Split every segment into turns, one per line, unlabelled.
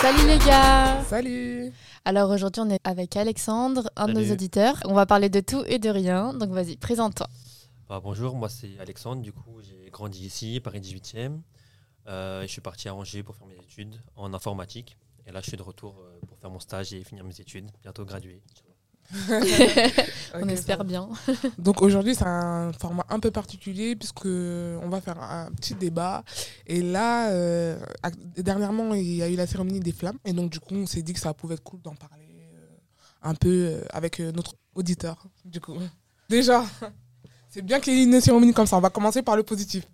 Salut les gars
Salut
Alors aujourd'hui on est avec Alexandre, un de nos
Salut.
auditeurs. On va parler de tout et de rien, donc vas-y, présente-toi.
Bah, bonjour, moi c'est Alexandre, du coup j'ai grandi ici, Paris 18e. Euh, et je suis parti à Angers pour faire mes études en informatique. Et là je suis de retour euh, pour faire mon stage et finir mes études, bientôt gradué.
on espère bien.
Donc aujourd'hui, c'est un format un peu particulier puisque on va faire un petit débat. Et là, euh, ac- dernièrement, il y a eu la cérémonie des flammes. Et donc, du coup, on s'est dit que ça pouvait être cool d'en parler euh, un peu euh, avec euh, notre auditeur. Du coup, déjà, c'est bien qu'il y ait une cérémonie comme ça. On va commencer par le positif.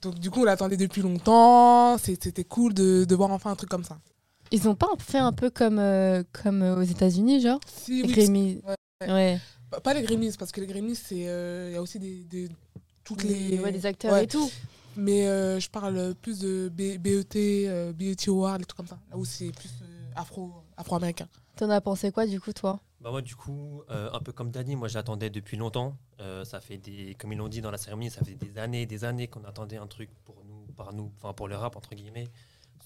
Donc, du coup, on l'attendait depuis longtemps. C'est- C'était cool de, de voir enfin un truc comme ça.
Ils ont pas fait un peu comme, euh, comme euh, aux États-Unis, genre
Si, oui,
Grémy.
ouais.
Ouais.
Pas- Pas les Grammys, parce que les Grammys, c'est. euh, Il y a aussi des. des- toutes les.
Les, ouais, les acteurs
ouais.
et tout.
Mais euh, je parle plus de B- BET, euh, BET Award, des trucs comme ça. Là où c'est plus euh, afro, afro-américain.
T'en as pensé quoi du coup, toi
Bah, moi du coup, euh, un peu comme Dani, moi j'attendais depuis longtemps. Euh, ça fait des, comme ils l'ont dit dans la cérémonie, ça fait des années et des années qu'on attendait un truc pour nous, par nous, enfin pour le rap entre guillemets,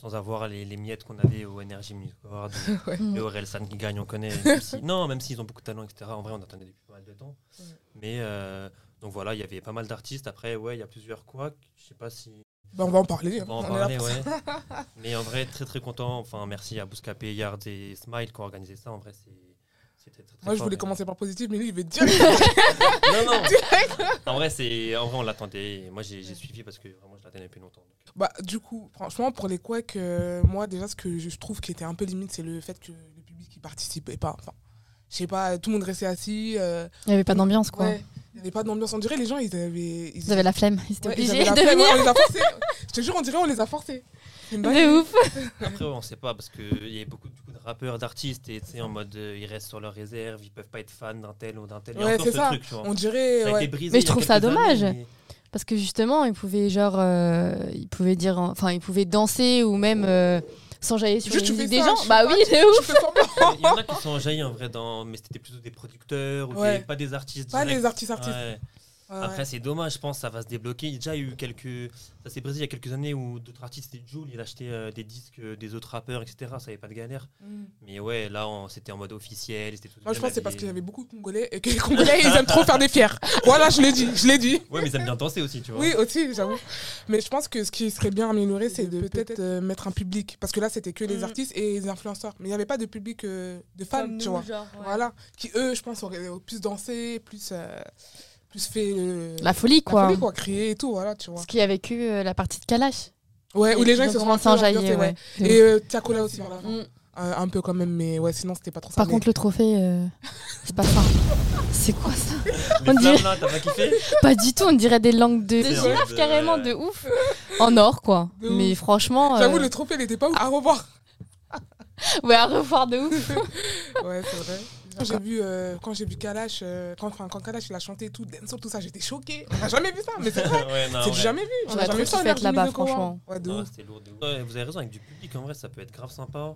sans avoir les, les miettes qu'on avait au Energy Music Award,
Mm.
Le Aurel San qui gagne, on connaît. même si- non, même s'ils ont beaucoup de talent, etc. En vrai, on attendait depuis pas mal de temps.
Ouais.
Mais euh, donc voilà, il y avait pas mal d'artistes. Après, ouais, il y a plusieurs couacs. Je sais pas si
Bah, on va en parler.
on
hein.
va en
On est là
parler,
pour ça.
ouais. Mais en vrai, très très content. Enfin, merci à Bouscapé, Yard et Smile qui ont organisé ça. En vrai, c'est. c'était très, très
Moi, je
fort. hein.
voulais commencer par positif, mais lui, il veut dire.
Non, non. en, vrai, c'est... en vrai, on l'attendait. Et Moi, j'ai, j'ai suivi parce que vraiment, je l'attendais depuis longtemps. Donc,
bah, du coup, franchement, pour les couacs, euh, moi, déjà, ce que je trouve qui était un peu limite, c'est le fait que le public, il participait pas. Enfin, je sais pas, tout le monde restait assis. euh,
Il n'y avait pas d'ambiance quoi.
ouais, Il n'y avait pas d'ambiance. On dirait les gens, ils avaient. Ils,
Ils avaient la flemme, ils étaient
ouais, ils
obligés
avaient la
de
flemme,
venir.
ouais, on les a forcés. je te jure, on dirait on les a forcés. C'est une dinguerie.
De ouf
Après, on sait pas parce qu'il y a beaucoup, beaucoup de rappeurs, d'artistes. Et tu sais, en mode, euh, ils restent sur leur réserve. Ils peuvent pas être fans d'un tel ou d'un tel. Il y a
Ouais,
encore
c'est
ce
ça.
truc, tu vois.
On dirait.
Ça a
ouais.
été brisé
Mais je
il y a
trouve ça
quelques
dommage.
années,
Parce que justement, ils pouvaient genre, euh, ils pouvaient dire, enfin, ils pouvaient danser ou même euh, s'enjailler sur
Juste, tu
les
fais
musiques des
ça,
gens.
je sais
Bah
pas,
oui, c'est ouf.
Je fais semblant.
mais Il y en a qui sont jaillis en vrai, dans... mais c'était plutôt des producteurs ou des-
Ouais.
pas des artistes.
Pas
directs.
les artistes artistes.
Ouais.
Ouais, ouais.
Après, c'est dommage, je pense, ça va se débloquer. Il y a déjà eu quelques. Ça s'est brisé il y a quelques années où d'autres artistes, c'était Jules, il achetait euh, des disques euh, des autres rappeurs, etc. Ça avait pas de galère.
Mm.
Mais ouais, là, on- c'était en mode officiel. c'était tout
Moi, je
bien
pense que c'est parce
habillé.
qu'il y avait beaucoup de Congolais et que les Congolais, ils aiment trop faire des fiers. Voilà, je l'ai dit, je l'ai dit.
Ouais, mais ils aiment bien danser aussi, tu vois.
Oui, aussi, j'avoue. Mais je pense que ce qui serait bien amélioré, c'est de peut-être euh, mettre un public. Parce que là, c'était que les
Mm.
artistes et les influenceurs. Mais il n'y avait pas de public euh, de fans, tu vois. Voilà. Qui, eux, je pense, auraient plus dansé, plus, euh, plus fait. euh,
La folie
la
quoi.
folie, quoi, crier et tout, voilà, tu vois.
Parce qu'il y a vécu euh, la partie de Kalash.
Ouais, où les gens,
Ils
ils se
ont
sont
commencé à
un peu
enjailler,
ambiancés,
ouais.
ouais.
De
Et
ouf.
euh, Tiakola aussi, par la fin.
Mm.
Euh, un peu quand même, mais ouais, sinon, c'était pas trop ça.
Par
mais-
contre, le trophée, euh, c'est pas ça. C'est quoi ça
Les
on
flammes,
dirait-
là, t'as pas kiffé
Pas du tout, on dirait des langues de,
C'est
de
un
girafe,
peu de-
carrément, de ouf. En or quoi.
De ouf.
Mais franchement. euh,
J'avoue, le trophée, il n'était pas ouf. À revoir.
Ouais, à revoir de ouf.
Ouais, c'est vrai. Quand j'ai vu, euh, quand j'ai vu Kalash, euh, quand, enfin, quand Kalash il a chanté et tout, dancehall, tout ça, j'étais choquée. On n'a jamais vu ça, mais c'est vrai.
Ouais, non,
C'est
Ah ouais.
du jamais vu. On
J'aurais
n'a
trop
jamais vu ça en
kiffé être
Energy
là-bas,
Music Award.
franchement.
Ouais, de
Non,
ouf.
c'était lourd de ouf. Ouais, vous avez raison, avec du public, en vrai, ça peut être grave sympa.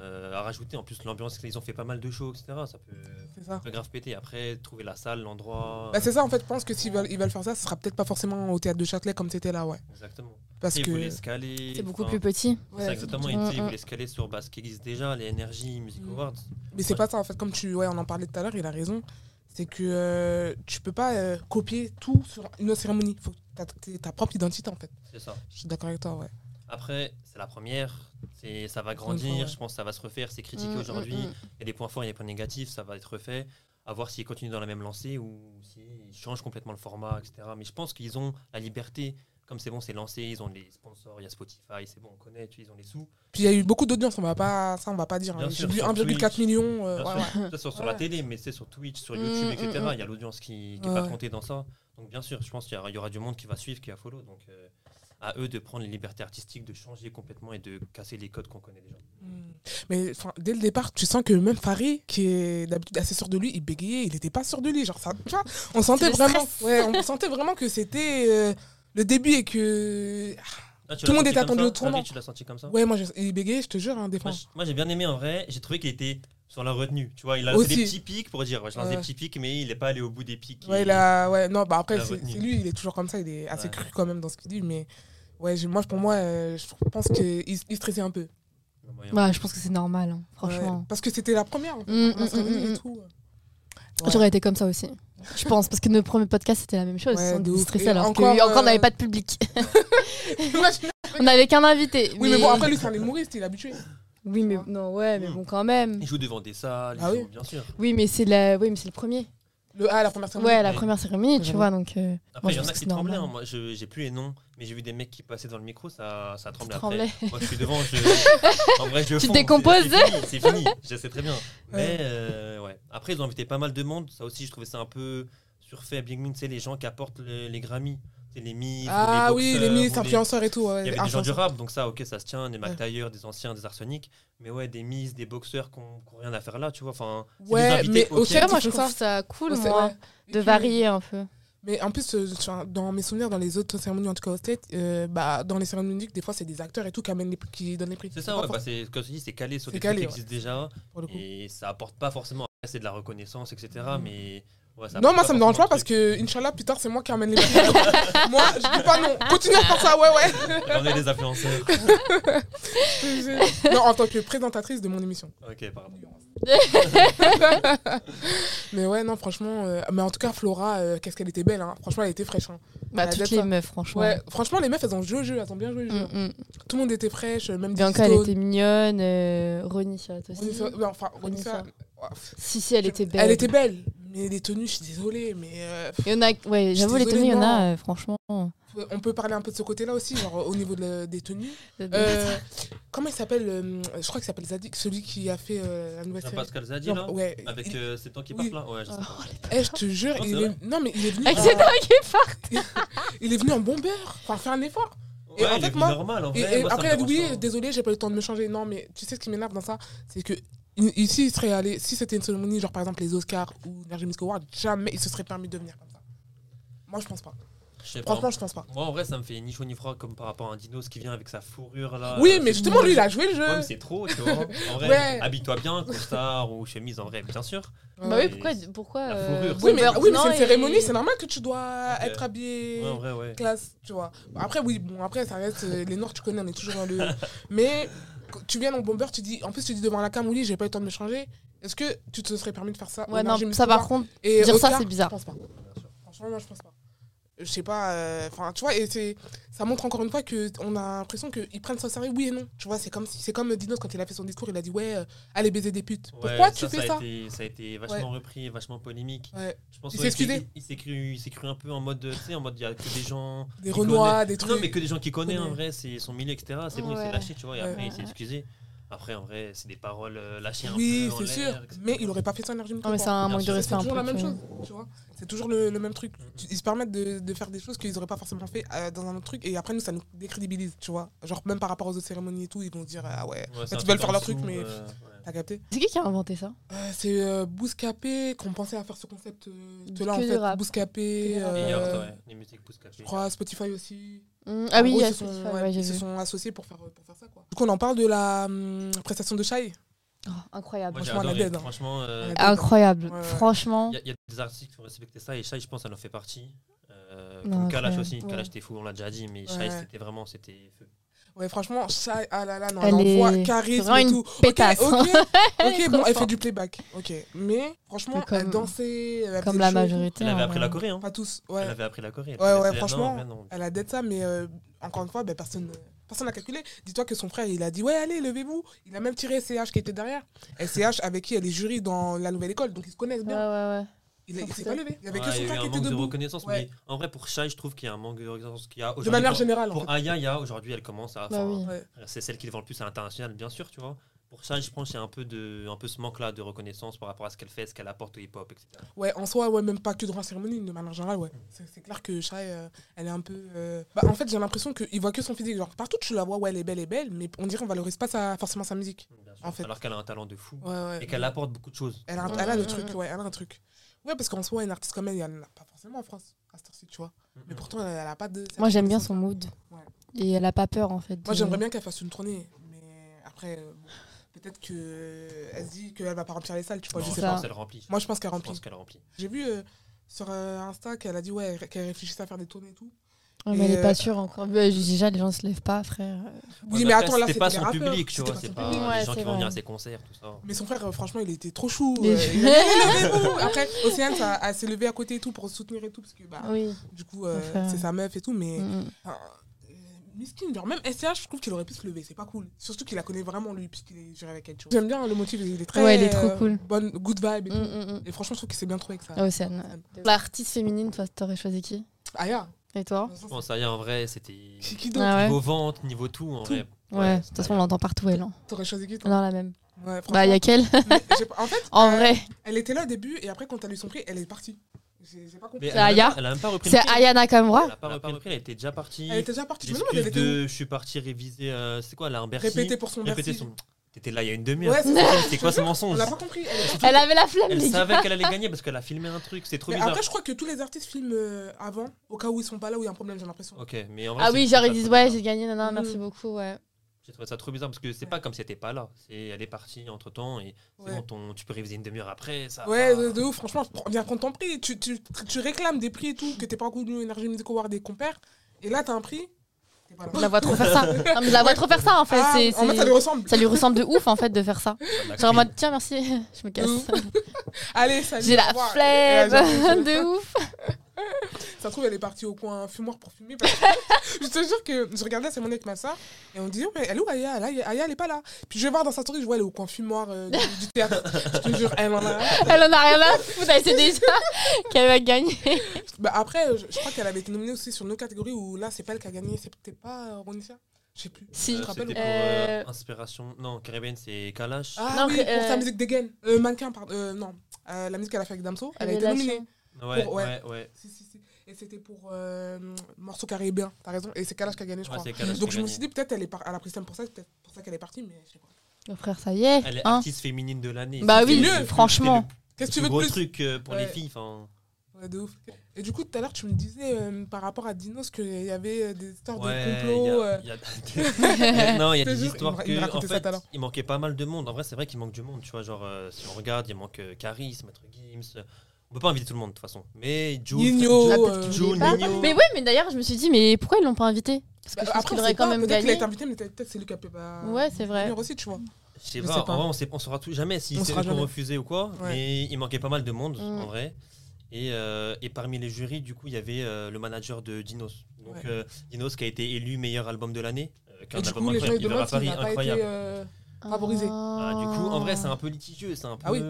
Euh, à rajouter en plus l'ambiance, ils ont fait pas mal de shows, etc. Ça peut,
C'est ça.
ça peut grave péter. Après, trouver la salle, l'endroit.
Bah, c'est ça, en fait, je pense que s'ils veulent, ils veulent faire ça, ce sera peut-être pas forcément au théâtre de Châtelet comme c'était là, ouais.
Exactement.
Parce
Ils
que.
voulaient se caler,
C'est beaucoup
enfin,
plus petit.
c'est
ouais.
exactement,
c'est-
ils,
Mm,
disaient, ils
mm.
voulaient se caler sur bah, ce qui existe déjà, les NRJ, Music
Mm.
Awards.
Mais c'est pas ça, en fait, comme tu. Ouais, on en parlait tout à l'heure, il a raison. C'est que euh, tu peux pas euh, copier tout sur une autre cérémonie. Faut que t'as t'aies ta propre identité, en fait.
C'est ça.
Je suis d'accord avec toi, ouais.
Après, c'est la première. C'est, ça va
fois,
grandir.
ouais.
Je pense que ça va se refaire. C'est critiqué
Mm,
aujourd'hui.
mm, mm.
Il y a des points forts, il y a des points négatifs. Ça va être refait. À voir s'ils continuent dans la même lancée ou s'ils changent complètement le format, etc. Mais je pense qu'ils ont la liberté. Comme c'est bon, c'est lancé. Ils ont les sponsors. Il y a Spotify. C'est bon, on connaît. tu- Ils ont les sous.
Puis il y a eu beaucoup d'audience, on va pas, ça on va pas dire. hein.
Bien
J'ai
sûr,
vu
sur
1,4
Twitch.
million. euh,
Bien
ouais,
sûr,
ouais.
ça sort sur
Ouais.
la télé, mais c'est sur Twitch, sur
Mm,
YouTube,
mm,
etc. Il
mm.
y a l'audience qui n'est
Ouais,
pas
ouais.
comptée dans ça. Donc bien sûr, je pense qu'il y aura- il y, aura du monde qui va suivre, qui va follow. Donc euh, à eux de prendre les libertés artistiques, de changer complètement et de casser les codes qu'on connaît déjà.
Mm. Mais enfin, dès le départ, tu sens que même Farid, qui est d'habitude assez sûr de lui, il bégayait, il n'était pas sûr de lui. Genre, ça, tu vois, on sentait
le
vraiment,
stress.
ouais, on sentait vraiment que c'était euh, le début et que.
Ah, tu
Tout le
l'as
monde
senti
est
comme
attendu
ça
au tournant.
Henri, tu l'as senti comme ça
Ouais, moi, je- il bégayait, je te jure, hein, des fois.
Moi, j- moi, j'ai bien aimé en vrai, j'ai trouvé qu'il était sur la retenue, tu vois, il a
Aussi.
fait des petits pics pour dire, ouais, je lance
Ouais.
des petits pics, mais il n'est pas allé au bout des pics.
Ouais,
Et-
il a- ouais, non, bah après,
il a
c'est
retenu.
c'est lui, il est toujours comme ça, il est assez
Ouais.
cru quand même dans ce qu'il dit, mais ouais, je- moi, pour moi, euh, je pense qu'il il stressait un peu.
Moyen.
Bah, je pense que c'est normal, hein,
Ouais,
franchement.
parce que c'était la première, en fait,
Mm,
la
mm,
cérémonie
mm,
et
mm.
tout. Ouais.
J'aurais été comme ça aussi. Je pense, parce que nos premiers podcasts, c'était la même chose.
Ouais,
on était
de ouf.
stressés
Et
alors que-
encore,
et encore, on n'avait
euh,
pas de public.
Imagine-
on n'avait qu'un invité.
oui, mais bon, après, lui, c'est un humoriste, il est habitué.
Oui, mais non, ouais, mais bon, quand même.
Ils jouent devant des salles,
Ah
ils
oui.
jouent, bien sûr.
Oui, mais c'est la... oui, mais c'est le premier.
Le, ah, la première cérémonie.
Ouais, la
Oui.
première cérémonie, tu
J'avoue.
vois, donc euh, Moi,
Après,
je
il y en
pense
a
que
qui
c'est
tremblaient.
normal.
hein. Moi, je j'ai plus les noms, mais j'ai vu des mecs qui passaient dans le micro, ça, ça tremblait
tremblais.
après. Moi, je suis devant, je... en vrai, je
Tu
fonds,
décomposes.
c'est- C'est fini, c'est fini, je sais très bien. Mais euh, ouais. Après, ils ont invité pas mal de monde. Ça aussi, je trouvais ça un peu surfait à Big Min. Tu sais, les gens qui apportent les, les Grammys. C'est les Miss,
Ah
les
oui,
boxeurs,
les
ou
ministres, influenceurs et tout.
Il y
Ouais,
avait des gens du
influenceurs.
rap, donc ça, ok, ça se tient. Des
Ouais.
McTayer, des anciens, des arsenics. Mais ouais, des Miss, des boxeurs qui n'ont rien à faire là, tu vois. Enfin, c'est des
Ouais,
invités,
mais
ok.
aussi,
tu vois, moi
ils
je
font
trouve ça cool,
Ouais, c'est-
moi,
ouais. Et
de
puis,
varier un peu.
Mais en plus, euh, sur- dans mes souvenirs, dans les autres cérémonies, en tout cas au State, euh, bah, dans les cérémonies de musique, des fois, c'est des acteurs et tout qui, amènent les prix- qui donnent les prix.
C'est ça,
Pas
ouais,
for-
bah c'est, comme tu dis, c'est calé sur
C'est
des
calé,
trucs
ouais.
qui existent déjà
pour le coup. Mm.
et ça apporte pas forcément. Après, C'est de la reconnaissance, etc. Mais ouais,
Non, moi ça me dérange pas parce
que
que, Inch'Allah, plus tard c'est moi qui ramène les prix. moi, je dis pas non. Continue à faire ça, ouais, ouais.
on est des influenceurs.
non, en tant que présentatrice de mon émission.
ok, pardon.
Mais ouais, non, franchement. euh, mais en tout cas, Flora, euh, qu'est-ce qu'elle était belle. Hein. Franchement, elle était fraîche. hein.
Bah,
la
toutes
date,
les
ça.
meufs, franchement.
Ouais, franchement, les meufs, elles ont joué au jeu. Elles ont bien joué au jeu.
Mm, mm.
Tout le monde était fraîche, même
Bianca, elle
Dixie
était mignonne. euh, Ronnie Charlotte
Stone.
aussi.
Renissa- ouais, enfin, Renissa-
Renissa. Si, si, elle était belle.
Elle était belle. Mais les tenues, je suis désolée, mais euh,
Il y en a, ouais,
Je
j'avoue,
suis
les tenues, il y en
désolée,
a, euh, franchement.
on peut parler un peu de ce côté-là aussi, genre au niveau de la- des tenues.
Oh,
Euh, comment il s'appelle euh, Je crois qu'il s'appelle Zadig, celui qui a fait euh, la nouvelle
Ah,
série.
Pascal Zadi,
Genre,
là
ouais.
Avec
il-
euh, c'est toi qui
oui.
parles là Ouais, je sais
Oh,
pas.
eh, je te jure,
Non, c'est
il
vrai.
est... Non, mais il est venu.
Avec ses
en-
dingues, Ah, il part.
Il est venu en bombeur. Enfin, fais un effort.
Ouais,
Et en
il
fait,
est
moi-
normal en
Et,
vrai.
et
moi, ça
après,
me
elle dit,
dérange
oui,
pas. hein.
désolé, j'ai pas eu le temps de me changer. Non, mais tu sais ce qui m'énerve dans ça C'est que i- ici, il serait allé. Si c'était une cérémonie, genre par exemple les Oscars ou les Music Awards, jamais il se serait permis de venir comme ça. Moi, je pense pas.
Je sais pas.
Franchement, je pense pas.
Moi en vrai, ça me fait ni chaud ni froid comme par rapport à un dinos qui vient avec sa fourrure là.
Oui,
Euh,
mais
c'est-
justement, lui, il a joué le
Ouais, mais
jeu.
c'est trop, tu vois. En vrai,
Ouais.
habille-toi bien, costard ou chemise en vrai, bien sûr.
Bah
Ouais.
oui, pourquoi, pourquoi
La
euh,
fourrure,
Euh, Oui, mais,
Bomber
oui, mais
blanc
c'est une
et-
cérémonie, c'est normal que tu dois
Ok.
être habillé.
Ouais, en vrai, ouais.
classe, tu vois. Après, oui, bon, après, ça reste. euh, les Noirs, tu connais, on est toujours dans le. Mais quand tu viens en bomber, tu dis. En plus, tu dis devant la cam, oui, j'ai pas eu le temps de me changer. Est-ce que tu te serais permis de faire ça au
Ouais, non,
Nord Gym
ça par
Store
contre,
Et
dire ça,
Oscar,
c'est bizarre.
Je pense pas. Franchement, moi, je pense pas. Je sais pas. euh, Enfin, tu vois, et c'est. Ça montre encore une fois que on a l'impression qu'ils prennent ça au sérieux, oui et non. Tu vois, c'est comme si. C'est comme Dinos quand il a fait son discours, il a dit, ouais, euh, allez baiser des putes.
Ouais,
Pourquoi tu fais
a
ça
été- Ça a été vachement repris, vachement polémique.
Ouais.
Je pense
Il
ouais,
s'est excusé.
Il, il s'est cru, il s'est cru un peu en mode, euh, tu sais, en mode il y a que des gens.
Des
qui
renois, des
connaissent-
trucs.
Non, mais que des gens qui connaissent en
Ouais.
vrai, c'est son milieu, etc. C'est bon, il
Ouais.
s'est lâché, tu vois, et
Ouais.
après il s'est excusé. Après, en vrai, c'est des paroles euh, lâchées un
Oui,
peu. en
c'est
l'air,
sûr.
etc.
Mais il aurait pas fait ça en Argentine.
non, mais c'est un
Bien
manque de
sûr,
respect
C'est
un peu.
toujours la même
tu vois.
chose, tu vois. C'est toujours le, le même truc. Tu- Ils se permettent de, de faire des choses qu'ils auraient pas forcément fait euh, dans un autre truc. Et après, nous, ça nous décrédibilise, tu vois. Genre, même par rapport aux autres cérémonies et tout, ils vont se dire, ah ouais,
Ouais, c'est
Ils
un
veulent
truc
faire
en
leur truc,
dessous,
mais-
euh, ouais.
t'as capté
C'est qui qui a inventé ça
Euh, C'est euh, Bouscapé qu'on pensait à faire ce concept euh, de là, en
Que du
fait.
rap.
Bouscapé,
Que du rap.
Et il y a,
euh,
ouais, les musiques poussent
je crois Spotify aussi.
Mm, Ah
En
oui, il
gros,
y
ils
a
se sont,
Spotify,
ouais,
ouais, j'ai
ils se
vu.
sont associés pour faire, pour faire ça, quoi. Du coup, on en parle de la hum, prestation de Shai.
Oh, Incroyable.
Moi, j'ai
Franchement, la
adoré.
dead, hein.
Franchement, euh,
La
Incroyable,
Ouais, ouais.
franchement.
il y a- il y, a des artistes qui ont respecté ça, et Shai, je pense, elle en fait partie. Euh,
Non,
comme Kalash
incroyable.
aussi.
Ouais.
Kalash, c'était fou, on l'a déjà dit, mais Shai,
Ouais.
c'était vraiment, c'était feu.
Ouais, franchement, Shai, ah là là, non,
Elle
elle, envoie
est
charisme
vraiment
et
une
tout. Ok,
pétasse. hein.
ok, ok,
est
bon,
trop
elle
forte.
fait du playback. Ok, mais franchement,
Mais comme-
elle dansait, elle
Comme
faisait
la
chaud et tout.
majorité.
Elle avait
hein,
appris la
ouais.
Corée, hein.
Pas tous,
Elle
ouais.
avait appris la Corée.
Ouais, ouais,
Elle disait,
franchement,
non, mais non.
Elle a dette ça, mais euh, encore une fois, ben, personne personne n'a calculé. Dis-toi que son frère, il a dit Ouais, allez, levez-vous. Il a même tiré CH qui était derrière. Et CH, avec qui elle est jury dans la nouvelle école, donc ils se connaissent
Ouais,
bien.
ouais, ouais.
Il, a- il s'est
Sans
pas levé. Il y avait que
Ouais,
son
il y a eu
frère
un
qui était
manque de
debout.
reconnaissance,
Ouais.
mais en vrai, pour Shai, je trouve qu'il y a un manque de reconnaissance qu'il y a
De
aujourd'hui.
manière
pour-
générale. en
Pour Aya, il y a aujourd'hui, elle commence à.
Bah
enfin, euh,
oui.
Ouais.
C'est celle qui le vend le plus à l'international, bien sûr, tu vois. Pour Shai, je pense qu'il y a un peu, de, un peu ce manque-là de reconnaissance par rapport à ce qu'elle fait, ce qu'elle apporte au hip-hop, etc.
fait. Ouais, en soi, ouais, même pas que durant la cérémonie, de manière générale, ouais. C'est c'est clair que Shai, euh, elle est un peu. euh, Bah, en fait, j'ai l'impression qu'il voit que son physique. Genre, partout, tu la vois, ouais, elle est belle, elle est belle, mais on dirait qu'on valorise pas sa- forcément sa musique.
Bien sûr.
En fait.
Alors qu'elle a un talent de fou
Ouais, ouais.
et qu'elle apporte beaucoup de choses.
Elle a, un-
Mm,
elle a le
mm,
truc,
mm.
ouais, elle a un truc. Ouais, parce qu'en soi, une artiste comme elle, il n'y en a pas forcément en France, à cette heure-ci, tu vois.
Mm,
Mais pourtant, elle n'a pas de.
Moi, j'aime bien son mood.
Ouais.
Et elle a pas peur, en fait.
Moi,
de-
j'aimerais bien qu'elle fasse une tournée, mais après, euh, bon, peut-être qu'elle se dit qu'elle va pas remplir les salles, tu vois,
Non,
je
je
sais
ça.
pas.
pense qu'elle remplit.
Moi, je pense qu'elle
je
remplit.
pense qu'elle remplit.
J'ai vu euh, sur euh, Insta qu'elle a dit, ouais, qu'elle réfléchissait à faire des tournées et tout.
Ouais, mais
Et,
elle n'est
euh,
pas sûre encore. Bah, déjà, les gens se lèvent pas, frère.
Oui, mais
Ouais, bah, après,
attends, là,
c'était
c'était
pas
des
son
rappeurs,
public, tu
c'était
vois.
pas
C'est
son
pas
public. Ouais,
les gens
c'est
qui vont venir à
vrai.
ses concerts, tout ça.
Mais son frère, euh, franchement, il était trop chou.
Les-
euh, il était élevé. Après, Océane, ça, elle s'est levée à côté et tout pour soutenir et tout, parce que bah,
Oui.
du coup, euh,
Son frère.
c'est sa meuf et tout, mais.
Mm, mm.
enfin, euh, Miskin, genre même SCH, je trouve qu'il aurait pu se lever, c'est pas cool. Surtout qu'il la connaît vraiment lui, puisqu'il est géré avec quelque chose. J'aime bien le motif, il est très.
Ouais, il est trop
euh,
cool.
Bonne, good vibe et
Mm,
tout.
mm, mm.
Et franchement, je trouve qu'il s'est bien trouvé avec ça.
Ah, Océane, ouais. L'artiste féminine, toi, t'aurais choisi qui
Aya.
Et toi
Je pense à rien en vrai, c'était
Qui, qui d'autre
Ah ouais.
niveau vente, niveau tout en
Tout.
vrai.
Ouais, de toute façon, on l'entend partout, elle. hein.
T'aurais choisi qui toi
Non, la même.
Ouais,
Bah, il y a qu'elle,
franchement, mais j'ai pas- En fait,
en
euh,
vrai.
elle était là au début et après, quand elle a eu son prix, elle est partie. J'ai j'ai pas compris.
Mais
C'est
elle a
Aya.
même- Elle a même pas repris. le
C'est
prix.
Ayana
Elle
Kamura
a pas repris le prix, elle était déjà partie.
Elle était déjà partie. Je me demande, elle
L'excuse
était où
de je suis parti réviser. euh, C'est quoi, là, un Bercy
Répétée pour son
Répéter
merci.
son. T'étais là il y a une demi-heure.
Ouais, c'est ça.
C'est quoi ce
On
mensonge
l'a pas compris. Elle est-
Elle avait la flamme,
Elle
les gars.
savait qu'elle allait gagner parce qu'elle a filmé un truc, c'est trop
Mais
bizarre.
après, je crois que tous les artistes filment euh, avant, au cas où ils sont pas là, où il y a un problème, j'ai l'impression.
Ok, mais en vrai,
Ah
c'est-
oui,
je trouve
genre, ils
ça
disent,
trop
ouais,
bizarre.
j'ai gagné, nanana,
Mm.
merci beaucoup, ouais.
J'ai trouvé ça trop bizarre parce que c'est pas comme si elle était pas là. C'est, elle est partie entre temps et c'est
Ouais.
bon, ton- tu peux réviser une demi-heure après. Ça
Ouais,
va.
de, de ouf, franchement, prends- viens prendre ton prix. Tu, tu, tu réclames des prix et tout, que t'es pas reconnu Energy Music Award des compères, et là, t'as un prix. t'es pas là.
Je la vois trop faire ça. Non, mais je la vois trop faire ça, en fait.
Ah,
C'est-
en mode, ça lui
c'est-
ressemble.
Ça lui ressemble de ouf, en fait, de faire ça.
La
Genre en
clean.
mode, tiens, merci, je me
Mm.
casse.
Allez, salut.
J'ai
au
la
revoir.
flemme
Et là, genre,
de ouf.
Ça se trouve, elle est partie au coin fumoir pour fumer. parce que- je te jure que je regardais la monnaie avec ma soeur et on dit oh, mais elle est où Aya Aya, Aya, elle est pas là. Puis je vais voir dans sa story, je vois elle est au coin fumoir euh, du, du théâtre. Je te jure, elle en a.
Elle en a rien à foutre, elle sait déjà qu'elle va gagner.
Euh,
Bah, après, je, je crois qu'elle avait été nominée aussi sur nos catégories où là, c'est pas elle qui a gagné, c'est peut-être pas euh, Ronisha. Je sais plus.
Si.
Euh,
te rappelle
c'était
ou
pour
pas
euh,
Euh,
Inspiration. Non, Caribbean, c'est Kalash.
Ah
Non,
oui,
que-
pour
euh,
sa musique dégaine. Euh, mannequin, pardon. Euh, non, Euh, la musique qu'elle a fait avec Damso, elle a été
Révélation.
nominée.
ouais,
pour- ouais.
ouais, ouais.
Si, si, si. Et c'était pour euh, morceau caribéen, t'as raison. Et c'est Kalash qui a gagné, je
Ouais,
crois.
c'est Kalash
Donc
qui
je
a
me
gagné.
suis dit, peut-être elle, est par- elle a pris ça pour ça, c'est peut-être pour ça qu'elle est partie, mais je sais pas.
Mon Oh, frère, ça y est.
Elle est
hein.
artiste féminine de l'année.
Bah
C'était
oui,
le-
franchement.
c'était
Qu'est-ce que tu
Le
veux
plus
de
gros
plus
truc euh, pour les
Ouais.
filles. enfin.
Ouais, de ouf. Et du coup, tout à l'heure, tu me disais euh, par rapport à Dinos qu'il y avait euh, des histoires
Ouais,
de
il y
complot.
a-
euh,
il y a- non, il y a
Je te
des
jure, il
histoires
me- il me
que, en
racontait ça
fait,
tout à l'heure.
il manquait pas mal de monde. En vrai, c'est vrai qu'il manque du monde, tu vois. Genre, euh, si on regarde, il manque euh, Caris, Maître Gims. euh, On peut pas inviter tout le monde, de toute façon. Mais June,
Nino,
June-
Ah,
euh,
June,
Pas-
Nino.
Mais ouais, mais d'ailleurs, je me suis dit, mais pourquoi ils l'ont pas invité Parce que je
bah,
pense
après,
qu'il
on
aurait
sait
quand
pas,
même
Peut-être qu'il a
gagné.
été invité, mais peut-être peut-être c'est lui qui a pu pas
Ouais, c'est vrai.
venir aussi, tu vois.
Je sais
Je
pas,
sais
en
pas.
vrai, on, sait, on saura tout jamais si
On
c'est
saura
eux qui ont
jamais.
refusé ou quoi,
Ouais.
mais il manquait pas mal de monde
Mm.
en vrai. Et, euh, et parmi les jurys, du coup, il y avait euh, le manager de Dinos. Donc
Ouais.
euh, Dinos qui a été élu meilleur album de l'année. euh, qui
Et
est un
du
album
coup, les gens ils
incroyable, Hiver à
demandent s'il
Paris,
n'a pas été.
incroyable.
euh, favorisé.
Ah, du coup, en vrai, c'est un peu litigieux, c'est un peu.
Ah oui.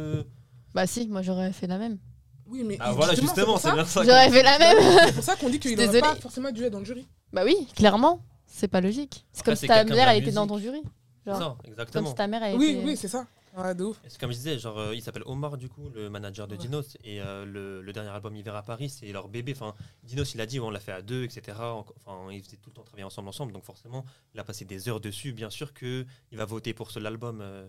Bah si, moi j'aurais fait la même.
Oui, mais.
Ah, voilà, justement,
c'est pour ça-
c'est bien ça.
J'aurais fait la même
c'est pour ça qu'on dit qu'il n'aurait
Désolée.
pas forcément dû être dans le jury.
Bah oui, clairement. C'est pas logique. C'est
Après,
comme
c'est
si ta
quelqu'un de
mère,
la
elle était dans ton
musique.
jury.
C'est
Genre,
ça,
comme
exactement.
si ta mère, elle
Oui,
était.
oui, c'est ça. Ouais, de ouf.
Et c'est comme je disais, genre, euh, il s'appelle Omar, du coup, le manager de
Ouais.
Dinos. Et euh, le, le dernier album, Hiver à Paris, c'est leur bébé. Enfin, Dinos, il a dit, ouais, on l'a fait à deux, etc. Enfin, ils faisaient tout le temps travailler ensemble, ensemble. Donc, forcément, il a passé des heures dessus. Bien sûr qu'il va voter pour ce l'album. euh.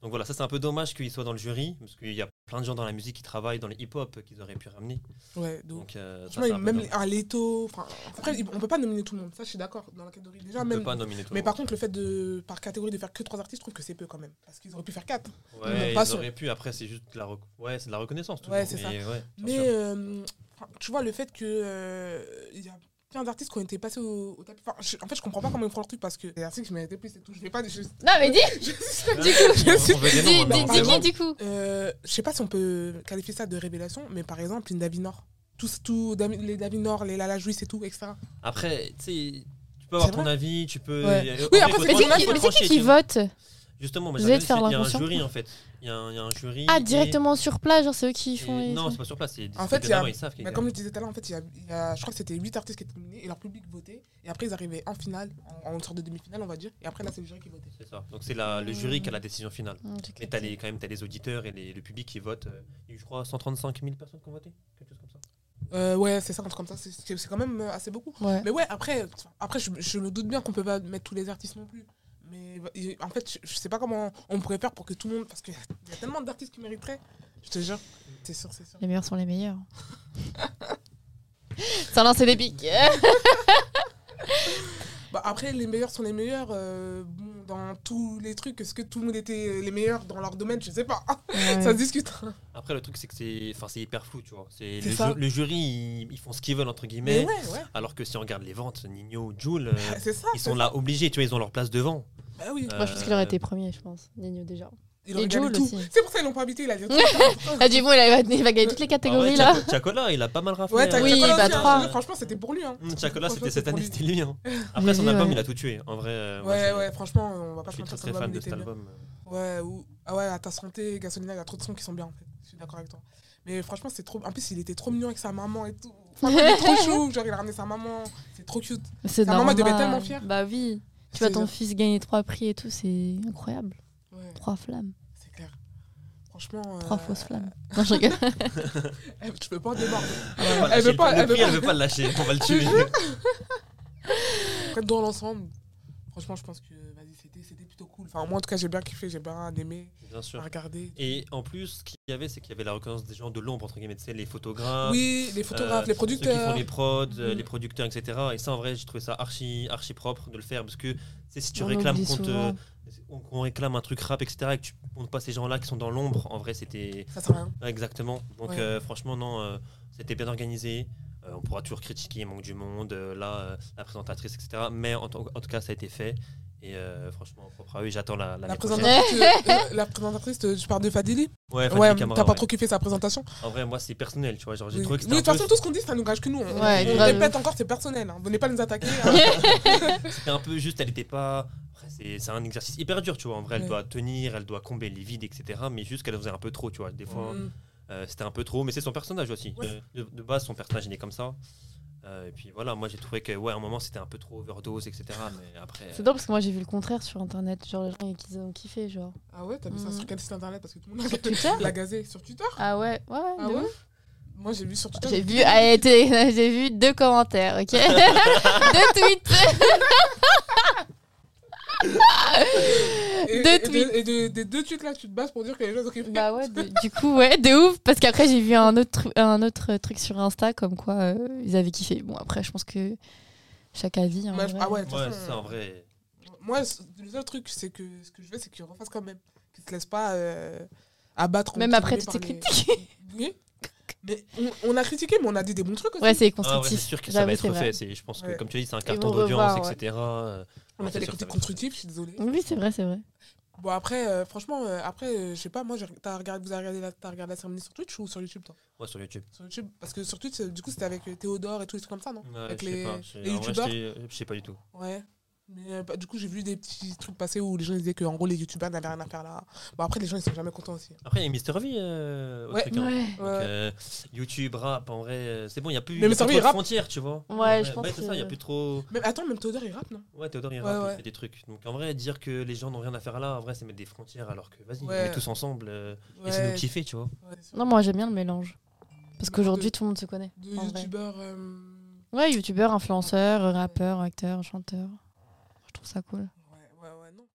Donc, voilà, ça, c'est un peu dommage qu'il soit dans le jury. Parce qu'il y a plein de gens dans la musique qui travaillent dans le hip-hop euh, qu'ils auraient pu ramener.
Ouais, de ouf.
Donc, euh, ça,
Franchement,
c'est un peu
même
dommage.
un Leto. enfin, Après, on peut pas nominer tout le monde. Ça, je suis d'accord. Dans la catégorie, déjà,
On peut
même.
pas nominer tout
Mais
le
par contre, le fait de, par catégorie, de faire que trois artistes, je trouve que c'est peu quand même. Parce qu'ils auraient pu faire quatre.
monde.
on
Ouais,
passe-
ils auraient pu. Après, c'est juste de la, rec- ouais, c'est de la reconnaissance.
Ouais,
toujours.
c'est ça.
Mais ouais, bien
Mais
sûr.
euh, enfin, tu vois, le fait que euh, il y a plein d'artistes qui ont été passés au, au tapis. Enfin, je- en fait, je comprends pas comment ils font leur truc parce que les artistes qui méritaient plus et tout. Je vais pas. Je,
Non, mais dis Du coup,
On- on veut des
dis,
noms,
dis, dis,
maintenant, on
qui
demande.
du coup
Euh, je sais pas si on peut qualifier ça de révélation, mais par exemple, une Davinor. Tous, tous Dami- les Davinor, les Lala Jouisse et tout, etc.
Après, tu sais, tu peux avoir
C'est
ton avis, tu peux.
Ouais.
y a-
Oui,
on-
après,
faut
Mais
c'est les
trancher,
c'est
gens
faut
qui, mais c'est
trancher,
qui qui
tu-
vote
Justement, moi,
Vous
j'avais
allez
vu,
faire
c'est- il y a un
l'inconscient.
jury en fait. Il y, a un- il y a un jury.
Ah,
et-
directement sur place, genre c'est eux qui
et-
font les.
Non, c'est pas sur place. c'est-
En
c'est
fait,
que
il y a-
d'abord, ils savent qu'il y a
Mais comme je disais tout à l'heure, en fait, il y a- il y a- je crois que c'était 8 artistes qui étaient nominés et leur public votait. Et après, ils arrivaient en finale, en, en sorte de demi-finale, on va dire. Et après, là, c'est le jury qui votait.
C'est ça. Donc, c'est la- le jury qui a la décision finale.
Hum, j'ai capté.
Mais t'as les, quand même, t'as les auditeurs et les- le public qui votent. euh, il y a eu, je crois, 135 000 personnes qui ont voté. Quelque chose comme ça.
Euh, ouais, c'est ça, un truc comme ça. C'est- C'est c'est quand même euh, assez beaucoup.
Ouais.
Mais ouais, après, enfin, après je, je me doute bien qu'on peut pas mettre tous les artistes non plus. Mais bah, il- en fait, je, je sais pas comment on pourrait faire pour que tout le monde. Parce qu'il y a tellement d'artistes qui mériteraient. Je te jure. C'est sûr, c'est sûr.
Les meilleurs sont les meilleurs. Sans lancer des pics.
Bah, après, les meilleurs sont les meilleurs euh, bon, dans tous les trucs. Est-ce que tout le monde était les meilleurs dans leur domaine Je sais pas.
Ouais.
Ça se discute.
Après, le truc, c'est que c'est enfin, c'est hyper flou, tu vois. C'est
C'est
le,
ça.
ju- le jury, ils, ils font ce qu'ils veulent, entre
Mais,
guillemets.
ouais, ouais.
Alors que si on regarde les ventes, Nino, Jules,
Ah,
C'est ça.
euh, ils
c'est
sont là obligés, tu vois, ils ont leur place devant.
ça. Bah oui.
Moi, je pense qu'il aurait
Euh,
été premier, je pense. Nino, déjà.
Ils
Et
ont regardé
Jules
tout.
aussi.
C'est pour ça qu'ils l'ont pas habité. Il a dit hein.
Ah, du bon, il va, il va gagner toutes les
Ah
catégories,
ouais,
là.
Tchako- Tchakola, il a pas mal raflé.
Ouais, t'as
hein.
Oui,
Chocolat
bah,
aussi, hein.
trois.
Franchement, c'était pour lui. Hein.
Hum, Tchakola,
Franchement,
c'était cette
pour
année,
lui.
c'était lui. hein.
Mais
Après, son
oui,
album,
ouais.
il a tout tué. En vrai, euh, moi,
Ouais,
je-
ouais, franchement, on va
je
pas se
suis
mentir.
très
cet
très
album,
fan
il
de cet
était bien.
album.
Ouais, ou... ah ouais, à ta santé, Gasolina, il y a trop de sons qui sont bien en fait. Je suis d'accord avec toi. Mais franchement, c'est trop. En plus, il était trop mignon avec sa maman et tout. Franchement, il est trop chou. Genre, il a ramené sa maman. C'est trop cute.
C'est
Ta maman,
normal.
elle devait tellement fière.
Bah oui. Tu
C'est
vois ton
genre-
fils gagner trois prix et tout, c'est incroyable.
Ouais,
Trois flammes,
c'est clair. Franchement.
trois
euh,
fausses flammes. Non, je rigole.
elle- Tu peux pas en déborder.
Elle veut pas
Elle veut pas- elle veut
lâcher le- le prix,
pas.
elle veut pas le lâcher. On va le tuer.
Après, dans l'ensemble, franchement, je pense que vas-y, c'était c'était plutôt cool. Enfin, moi, en tout cas, j'ai bien kiffé, j'ai bien aimé,
Bien sûr.
regardé.
Et en plus, ce qu'il y avait, c'est qu'il y avait la reconnaissance des gens de l'ombre, entre guillemets, tu sais, les photographes.
Oui, les photographes,
euh,
les
Ceux qui font
producteurs.
les prods, euh,
Mhm.
les producteurs, etc. Et ça, en vrai, j'ai trouvé ça archi, archi propre de le faire parce que tu sais, si tu
On
réclames
oublie
qu'on te-
souvent.
on- qu'on réclame un truc rap, etc., et que tu montes pas ces gens-là qui sont dans l'ombre, en vrai, c'était
Ça sert à rien.
Ouais, exactement. Donc,
Ouais.
euh, franchement, non, euh, c'était bien organisé. Euh, on pourra toujours critiquer, il manque du monde, euh, là, euh, la présentatrice, etc. Mais en, tout- en tout cas, ça a été fait. Et euh, franchement, propre à eux, j'attends la, l'année
La
prochaine.
présentatrice, euh, la présentatrice, euh, je parle de Fadili.
Ouais, Fanny
Ouais,
Camara,
t'as pas
ouais.
trop kiffé sa présentation.
En vrai, moi, c'est personnel, tu vois. Genre, j'ai
Oui.
trouvé que
Mais de toute
c'était un peu-
façon, tout ce qu'on dit, ça nous gage que nous. On,
Ouais,
on
grave.
répète encore, c'est personnel. hein. Venez pas nous attaquer. hein.
c'était un peu juste, elle était pas. Après, C'est c'est un exercice hyper dur, tu vois. En vrai, elle
Ouais.
doit tenir, elle doit combler les vides, etc. Mais juste qu'elle faisait un peu trop, tu vois. Des fois,
Mm.
euh, c'était un peu trop, mais c'est son personnage aussi.
Ouais.
De, de- de base, son personnage, il est comme ça. Euh, et puis voilà, moi, j'ai trouvé que, ouais, à un moment, c'était un peu trop overdose, etc. Mais après.
Ah. C'est drôle parce que moi, j'ai vu le contraire sur internet. Genre, les gens ils ont kiffé, genre.
Ah ouais, t'as vu ça
Mm.
sur quel site internet Parce que tout le monde
Sur Twitter
l'a gazé. Sur Twitter
Ah ouais, ouais, ouais.
Ah
de
ouais
ouf.
Moi, j'ai vu sur Twitter.
J'ai vu, allez, t'es- j'ai vu deux commentaires, ok Deux tweets
Et- et-
deux
et
tweets.
Et de- des deux tweets là, tu te bases pour dire que les gens ont kiffé.
Bah ouais, de- du coup, ouais, de ouf Parce qu'après, j'ai vu un autre, tru- un autre truc sur Insta comme quoi euh, ils avaient kiffé. Bon, après, je pense que chaque avis. hein, en
Moi, je-
vrai.
Ah ouais, de toute
Ouais,
façon,
c'est ça, en vrai.
Moi, c- le seul truc, c'est que ce que je veux, c'est qu'ils refassent quand même. Qu'ils se laissent pas euh, abattre.
Même
entre
après toutes
guillemets,
ces
par les-
critiques.
Oui. Mais on, on a critiqué, mais on a dit des bons trucs aussi.
Ouais, c'est
Ah ouais, c'est
constructif.
sûr que ça
J'avoue,
va être
c'est vrai.
fait. C'est- Je pense que,
Ouais.
comme tu as dit, c'est un
Ils
carton
vont
d'audience,
revoir, ouais.
etc. Euh,
On a
c'est
fait des critiques
sûr que ça va être fait.
constructives, je suis désolée.
Oui, c'est vrai, c'est vrai.
Bon, après, euh, franchement, euh, après, euh, je sais pas, moi, j'ai- t'as regardé, vous avez regardé la, t'as regardé la cérémonie sur Twitch ou sur YouTube, toi
Ouais, sur YouTube.
Sur YouTube, parce que sur Twitch, euh, du coup, c'était avec euh, Théodore et tous les trucs comme ça, non
Ouais,
Avec
je sais
les,
pas. Je-
les
en vrai,
youtubeurs
j'étais- Je sais pas du tout.
Ouais. Mais euh, bah, du coup, j'ai vu des petits trucs passer où les gens disaient que, en gros, les youtubeurs n'avaient rien à faire là. Bon, après, les gens, ils sont jamais contents aussi.
Après, il y a Mister V euh, au
Ouais.
truc, hein.
Ouais.
Donc,
Ouais.
euh, YouTube, rap, en vrai, euh, c'est bon, il n'y a plus,
Mais
il y a
Mr.
plus
V,
trop
il
de
rappe.
frontières, tu vois.
Ouais, je pense
bah, c'est ça,
que-
il n'y a plus trop.
Mais attends, même Théodore, il rappe, non
Ouais, Théodore, il
Ouais,
rappe, il
ouais.
fait des trucs. Donc, en vrai, dire que les gens n'ont rien à faire là, en vrai, c'est mettre des frontières alors que, vas-y,
Ouais.
on est tous ensemble euh, et c'est
Ouais,
nous kiffer, tu vois.
ouais, c'est sûr.
Non, moi j'aime bien le mélange. Parce qu'aujourd'hui tout le monde se connaît.
de
en vrai.
youtubeurs. euh,
Ouais, youtubeur, influenceur, rappeur, acteur, chanteur. Je trouve ça cool.